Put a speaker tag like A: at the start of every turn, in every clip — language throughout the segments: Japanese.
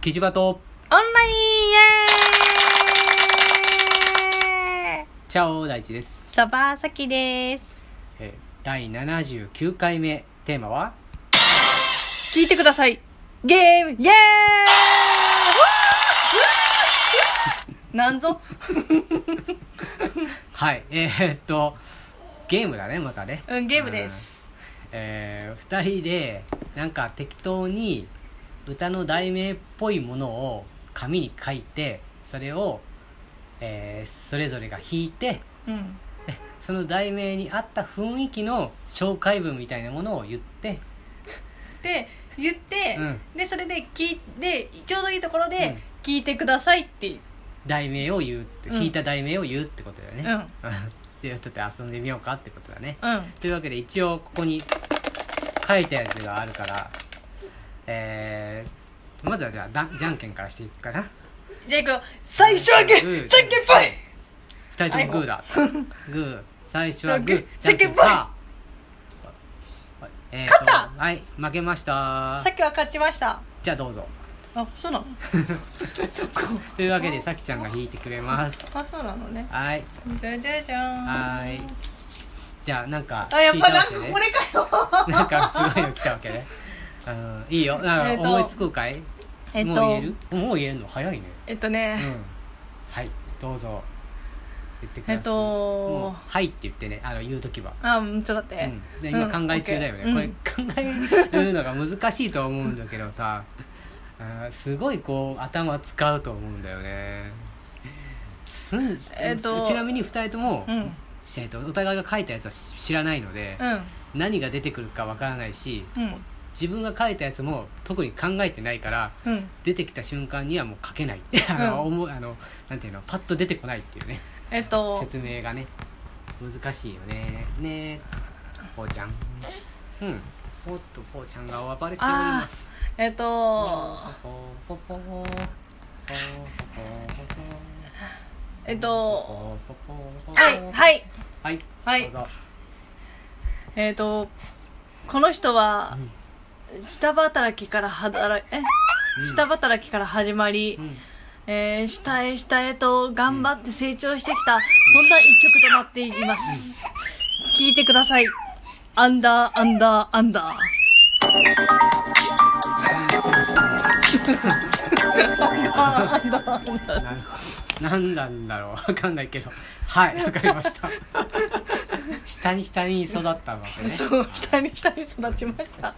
A: キジバト、
B: オンラインイエーイ
A: チャオ大地です。
B: サバーサキです。
A: えー第79回目、テーマは
B: 聞いてくださいゲームイエーイうわーうわーうわーなんぞ
A: はい、えーっと、ゲームだね、またね。
B: うん、ゲームです。
A: えー、二人で、なんか適当に歌の題名っぽいものを紙に書いて、それを、えーそれぞれが弾いて、
B: うん。
A: その題名に合った雰囲気の紹介文みたいなものを言って、
B: で、言って、
A: うん
B: で、それで聞いて、ちょうどいいところで、
A: うん
B: 聞いてくださいっていう。
A: 題名を言うって、
B: うん
A: 弾いた題名を言うってことだよね。
B: うん。うん。
A: でちょっと遊んでみようかってことだね
B: は
A: というわけで一応ここに書いたやつがあるからえー、まずはじゃあだじゃんけんからしていくかな
B: じゃあ行くよ。最初はグ
A: グー
B: ー、じゃんけんぽい
A: 2人ともグーだグー最初はグー
B: じゃんけんぽい
A: パーえーと
B: 勝った
A: はい負けました
B: さっきは勝ちました。
A: じゃあどうぞ
B: あ、そうなのそこ。
A: というわけでさきちゃんが弾いてくれます
B: あ、そうなのね。
A: はい
B: じゃじゃじゃーん。
A: はーいじゃあなんか
B: あ、やっぱなんか
A: 弾いたわけね
B: これかよ。
A: なんかすごいの来たわけね。うん、いいよ。な
B: え
A: んか
B: ーと
A: 思いつくかい、
B: えっ
A: もう
B: と
A: 言えるもう言えるの早いね。
B: えっと
A: うん
B: ね、。
A: はい、どうぞ。言ってください。
B: えっと
A: もうはいって言ってね、あの、言うときは。
B: あ、うんちょっと待
A: う
B: って
A: ん。で今考え中だよね、
B: うん
A: これ考えるのが難しいと思うんだけどさ、うん、すごいこう頭使うと思うんだよねすん
B: えっと
A: ちなみに2人とも、
B: うん
A: えっとお互いが書いたやつは知らないので、
B: うん。
A: 何が出てくるかわからないし、
B: うん。
A: 自分が書いたやつも特に考えてないから
B: うん。
A: 出てきた瞬間にはもう書けないってあの、
B: うん
A: 思うあのなんていうのパッと出てこないっていうね
B: えっと、
A: 説明がね難しいよねねえぽーちゃんうんおっとぽーちゃんが暴れております
B: えっ
A: ぽ
B: と、
A: ーぽーぽーぽーぽーぽーぽー
B: えっ
A: ぽ
B: と、
A: ーぽーぽーぽー
B: はい、はい。
A: はい
B: はい
A: どうぞ
B: えっと、この人は、下働きから働き、え下働きから始まり
A: う、ん
B: えー下へ下へと頑張って成長してきた、そんな一曲となっています。聞いてください。アンダー、アンダー、アンダ ー。
A: なるほど何なんだろうわかんないけどはいわかりました下に下に育ったわけね
B: そう、下に下に育ちました。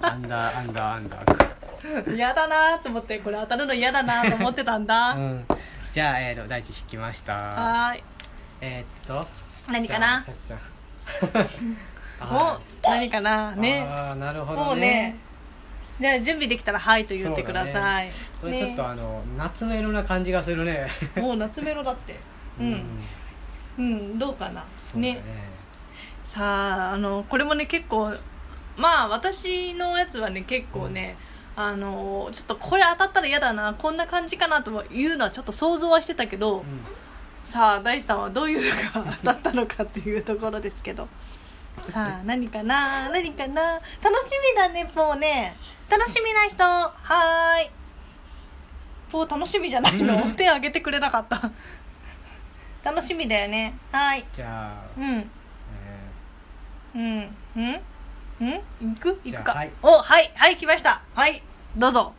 A: アンダーアンダーアンダー
B: 嫌だなと思って、これ当たるの嫌だなと思ってたんだ。
A: うんじゃあ、えー、と大地引きました
B: はーい。
A: えー、っと
B: 何か
A: じゃあ
B: な
A: さきちゃん
B: お
A: あ、
B: 何かな
A: ー
B: ね。
A: あーなるほどね
B: もうね。じゃあ準備できたら、はいと言ってください。
A: これちょっとあの、夏メロな感じがするね
B: ねもう夏メロ だって。うん。うん、どうかな。
A: そうだ
B: ね
A: ね。
B: さあ、あの、これもね、結構、まあ、私のやつはね、結構ね、あのちょっとこれ当たったら嫌だなこんな感じかなとはいうのはちょっと想像はしてたけど、
A: うん
B: さあ大地さんはどういうのが当たったのかっていうところですけどさあ何かな何かな楽しみだねポーね楽しみな人はーいポー楽しみじゃないの手挙げてくれなかった楽しみだよねはーい
A: じゃあ、
B: うん
A: え
B: うんうんうん行く行
A: じゃ
B: く
A: あ
B: か、
A: はい
B: おはいはい来ましたはいどうぞ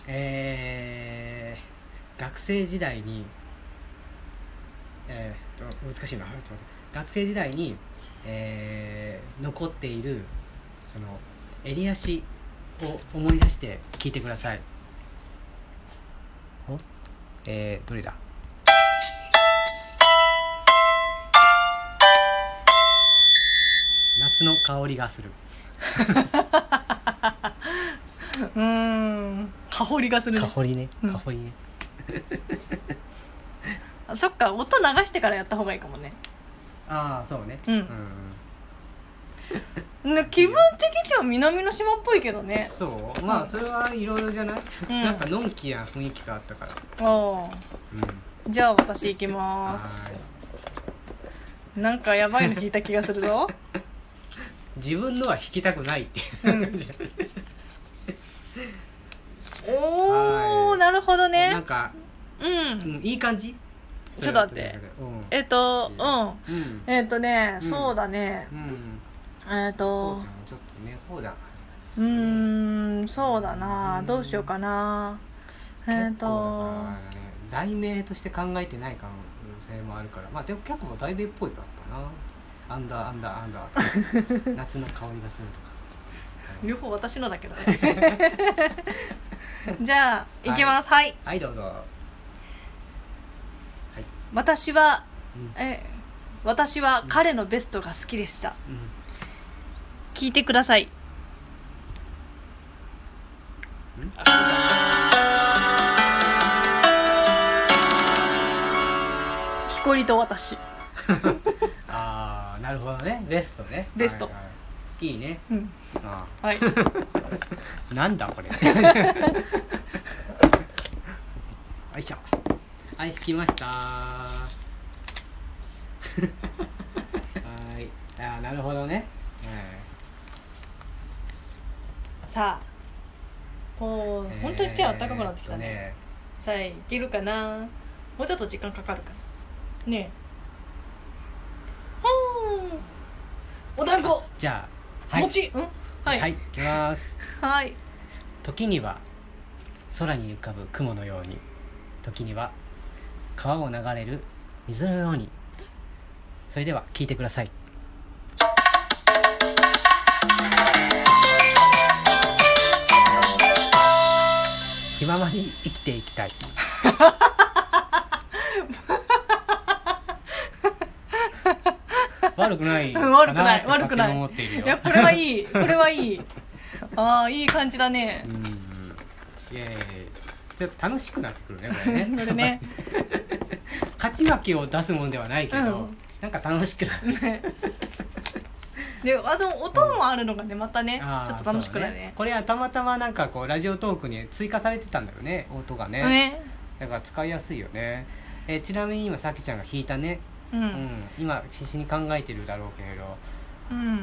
A: ーえー学生時代にえー、っと難しいなちょっと待って学生時代に、えー残っているその襟足を思い出して聞いてくださいおえー、どれだ夏の香りがする
B: うーん香りがするね
A: 香りね
B: うん
A: 香りね、
B: あそっか音流してからやった方がいいかもね
A: ああそうね
B: うんね気分的には南の島っぽいけどね
A: そうまあそれはいろいろじゃない、
B: うん
A: なんかのんきな雰囲気があったから
B: おー
A: うん
B: じゃあ私行き
A: は
B: ます
A: ーい
B: なんかやばいの引いた気がする ぞ
A: 自分のは弾きたくないっていう、
B: うんお
A: は
B: お
A: い
B: なるほど
A: な
B: ね
A: んか、
B: う
A: うんん、いい感じ
B: ちょっと待ってえっとうん
A: それだとうん
B: えっとね
A: うん
B: そうだね
A: うんうん
B: えっ
A: そう
B: と
A: じゃんちょっとねそうじゃん
B: うーんそうだなどうしようかなえっ
A: 結構だ
B: と
A: からね題名として考えてない可能性もあるからまあでも結構題名っぽいかったなアンダーアンダーアンダ ー夏の香りがするとかさ
B: 両方私のだけどね じゃあいきますはい
A: はいどうぞ
B: 私は
A: うん
B: え私は彼のベストが好きでした
A: うん
B: 聞いてください木こりと私
A: ああなるほどねベストね
B: ベスト
A: はいはいいいね
B: うん
A: あ
B: はい
A: あなんだこれよいしょはい着きましたはーいああなるほどね、
B: さあこ
A: うん
B: う本当に今日は暖かくなってきたね,、
A: え
B: さあいけるかなもうちょっと時間かかるかなねえはーんお団子
A: ーとねじゃあはい
B: 餅、うんは
A: はいい、はい、いきます
B: はい
A: 時には空に浮かぶ雲のように時には川を流れる水のようにそれでは聞いてください気ままに生きてい きたい悪くないかな
B: 悪くない
A: って勝手
B: 悪くない
A: に思っているよ
B: いやこれはい いこれはいいああいい感じだね
A: うんいやいやいやちょっと楽しくなってくるねこれね
B: これね
A: 勝ち負けを出すもんではないけど、
B: うん
A: なんか楽しくなる
B: ねであの音もあるのがねまたね
A: あー
B: ちょっと楽しくなる
A: そうだ
B: ね
A: これはたまたまなんかこうラジオトークに追加されてたんだよね音がね
B: ね
A: だから使いやすいよねえちなみに今さきちゃんが弾いたね、
B: う
A: うん
B: ん
A: 今必死に考えてるだろうけれど、
B: うん
A: うん、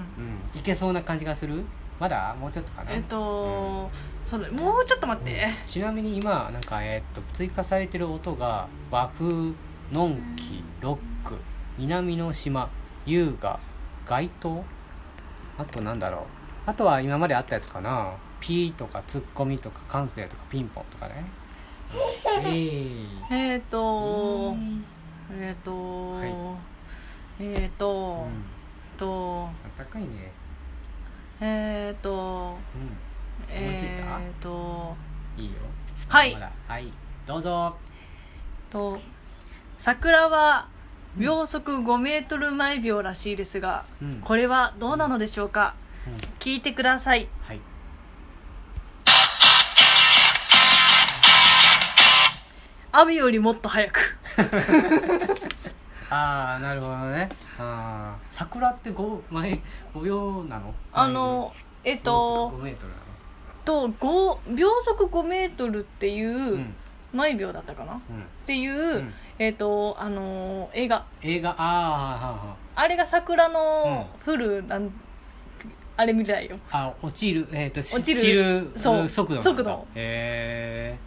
A: いけそうな感じがするまだもうちょっとかな、
B: えっとそのもうちょっと待って
A: ちなみに今なんか、えーっと追加されてる音が和風のんきロック南の島優雅街灯あとなんだろうあとは今まであったやつかなピーとかツッコミとか感性とかピンポンとか ねえー
B: えっ
A: う
B: と
A: ん
B: えっと
A: はい
B: えっとえっと
A: あったかいね、
B: えっと
A: う
B: えっと
A: ん、いいよ
B: はい
A: まだはいどうぞ
B: と桜は秒速5メートル毎秒らしいですが、
A: うん
B: これはどうなのでしょうか、
A: うん
B: 聞いてください
A: はい
B: 雨よりもっと早く
A: ああなるほどねあー桜ってご前模様なの
B: あのえっと
A: 5メートルなの
B: と5秒速5メートルっていうう、
A: ん
B: 毎秒だったかな
A: う
B: っ
A: ん
B: ていう、
A: うん
B: えっとあのー映画
A: 映画ああ
B: あれが桜の降るなん、あれみたいよ
A: ーはーはーはーあ落ちるえっ、と
B: 落ちる
A: 散る
B: そう
A: 速度なんだ
B: 速度
A: へ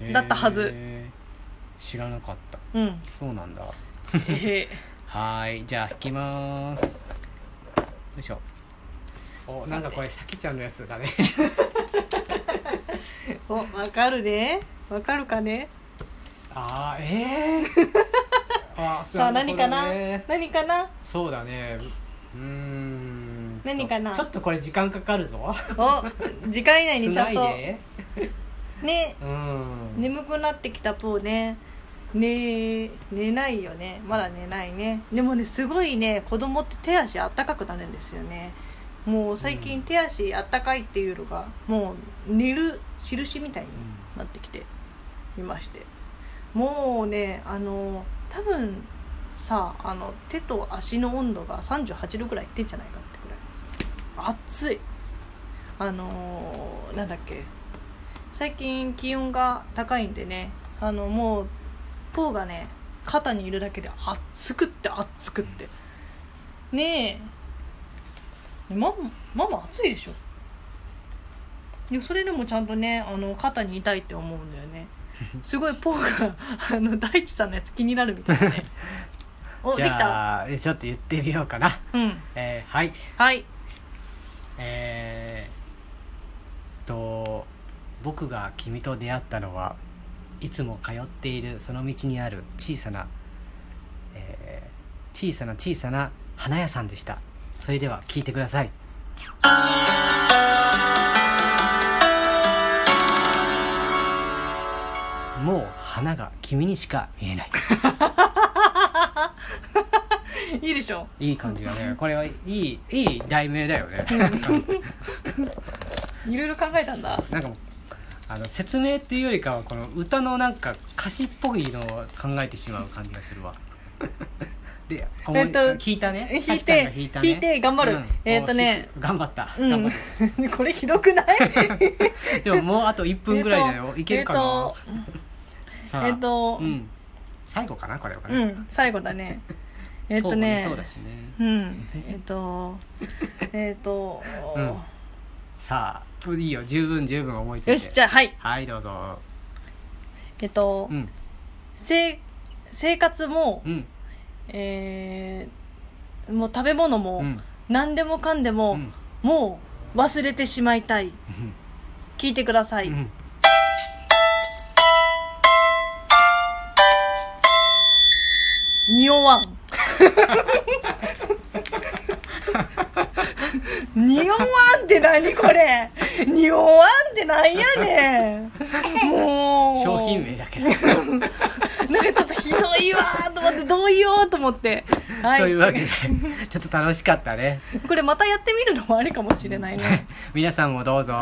A: え
B: だったはず
A: 知らなかった
B: うん
A: そうなんだ
B: えへ
A: はーいじゃあ引きまーすよいしょおなんかこれさきちゃんのやつだね
B: おわかるねわかるかね
A: あーえ ー、あー
B: さあ何か
A: る
B: な
A: ほどね
B: 何かな
A: そうだねうーん
B: 何かな
A: ちょっとこれ時間かかるぞ
B: お時間以内に
A: つ
B: ちゃ
A: なんい
B: と
A: で
B: ね
A: うん、
B: 眠くなってきたぽーねね寝ないよねまだ寝ないねでもねすごいね子供って手足あったかくなるんですよねもう最近手足あったかいっていうのがもう寝る印みたいになってきていましてもうねあの多分さあの手と足の温度が38度ぐらいいってんじゃないかってぐらい暑いあのーなんだっけ最近気温が高いんでねあのもうポーがね肩にいるだけで暑くって暑くってねえママママ暑いでしょいやそれでもちゃんとねあの肩に痛いって思うんだよ ねすごいポーがあの大地さんのやつ気になるみた いなね
A: じ
B: おできた
A: ゃあえちょっと言ってみようかな
B: うん
A: えーはい
B: はい
A: えー、と僕が君と出会ったのはいつも通っているその道にある小さな、えー小さな小さな花屋さんでしたそれでは聞いてくださいもう花が君にしか見えない
B: いいでしょ
A: いい感じがねこれはいいいい題名だよね
B: いろいろ考えたんだ
A: なんかもうあの説明っていうよりかはこの歌のなんか歌詞っぽいのを考えてしまう感じがする わで思い
B: えっと
A: 弾いたね
B: 弾
A: さ
B: いて
A: きちゃんが弾いたね
B: 弾いて頑張るえっとね
A: お弾いて頑張った、
B: う
A: 頑張
B: ん
A: っ
B: これひどくない
A: たでももうあと1分ぐらいだよ、
B: えっと
A: いけるかな、さあ
B: えっと
A: うん、最後かなこれは
B: う
A: ね、
B: ん最後だ ねえっと
A: 候補に
B: ね
A: そうだしね
B: うんえっ とえっと、
A: うんさあいいよ十分十分思いついて
B: よしじゃあはい
A: はいどうぞ
B: えっと、
A: うん
B: せい生活も、
A: うん
B: えーもう食べ物も、
A: うん
B: 何でもかんで
A: う
B: も、
A: ん
B: もう忘れてしまいたい聞いてください、
A: うん
B: 匂わん匂わんって何これ匂わんってなんやねんもう
A: 商品名だけど
B: なんかちょっとひどいわーと思ってどう言おうと思ってはい
A: というわけでちょっと楽しかったね
B: これまたやってみるのもありかもしれないね
A: 皆さんもどうぞ